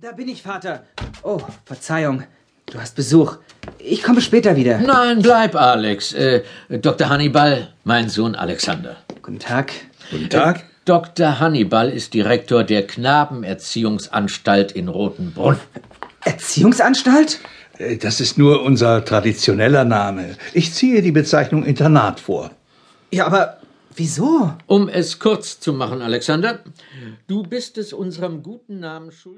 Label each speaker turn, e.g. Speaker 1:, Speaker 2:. Speaker 1: Da bin ich, Vater. Oh, Verzeihung. Du hast Besuch. Ich komme später wieder.
Speaker 2: Nein, bleib, Alex. Äh, Dr. Hannibal, mein Sohn Alexander.
Speaker 1: Guten Tag.
Speaker 3: Guten Tag.
Speaker 2: Dr. Hannibal ist Direktor der Knabenerziehungsanstalt in Rotenbrunn.
Speaker 1: Erziehungsanstalt?
Speaker 3: Äh, Das ist nur unser traditioneller Name. Ich ziehe die Bezeichnung Internat vor.
Speaker 1: Ja, aber wieso?
Speaker 2: Um es kurz zu machen, Alexander, du bist es unserem guten Namen schuldig.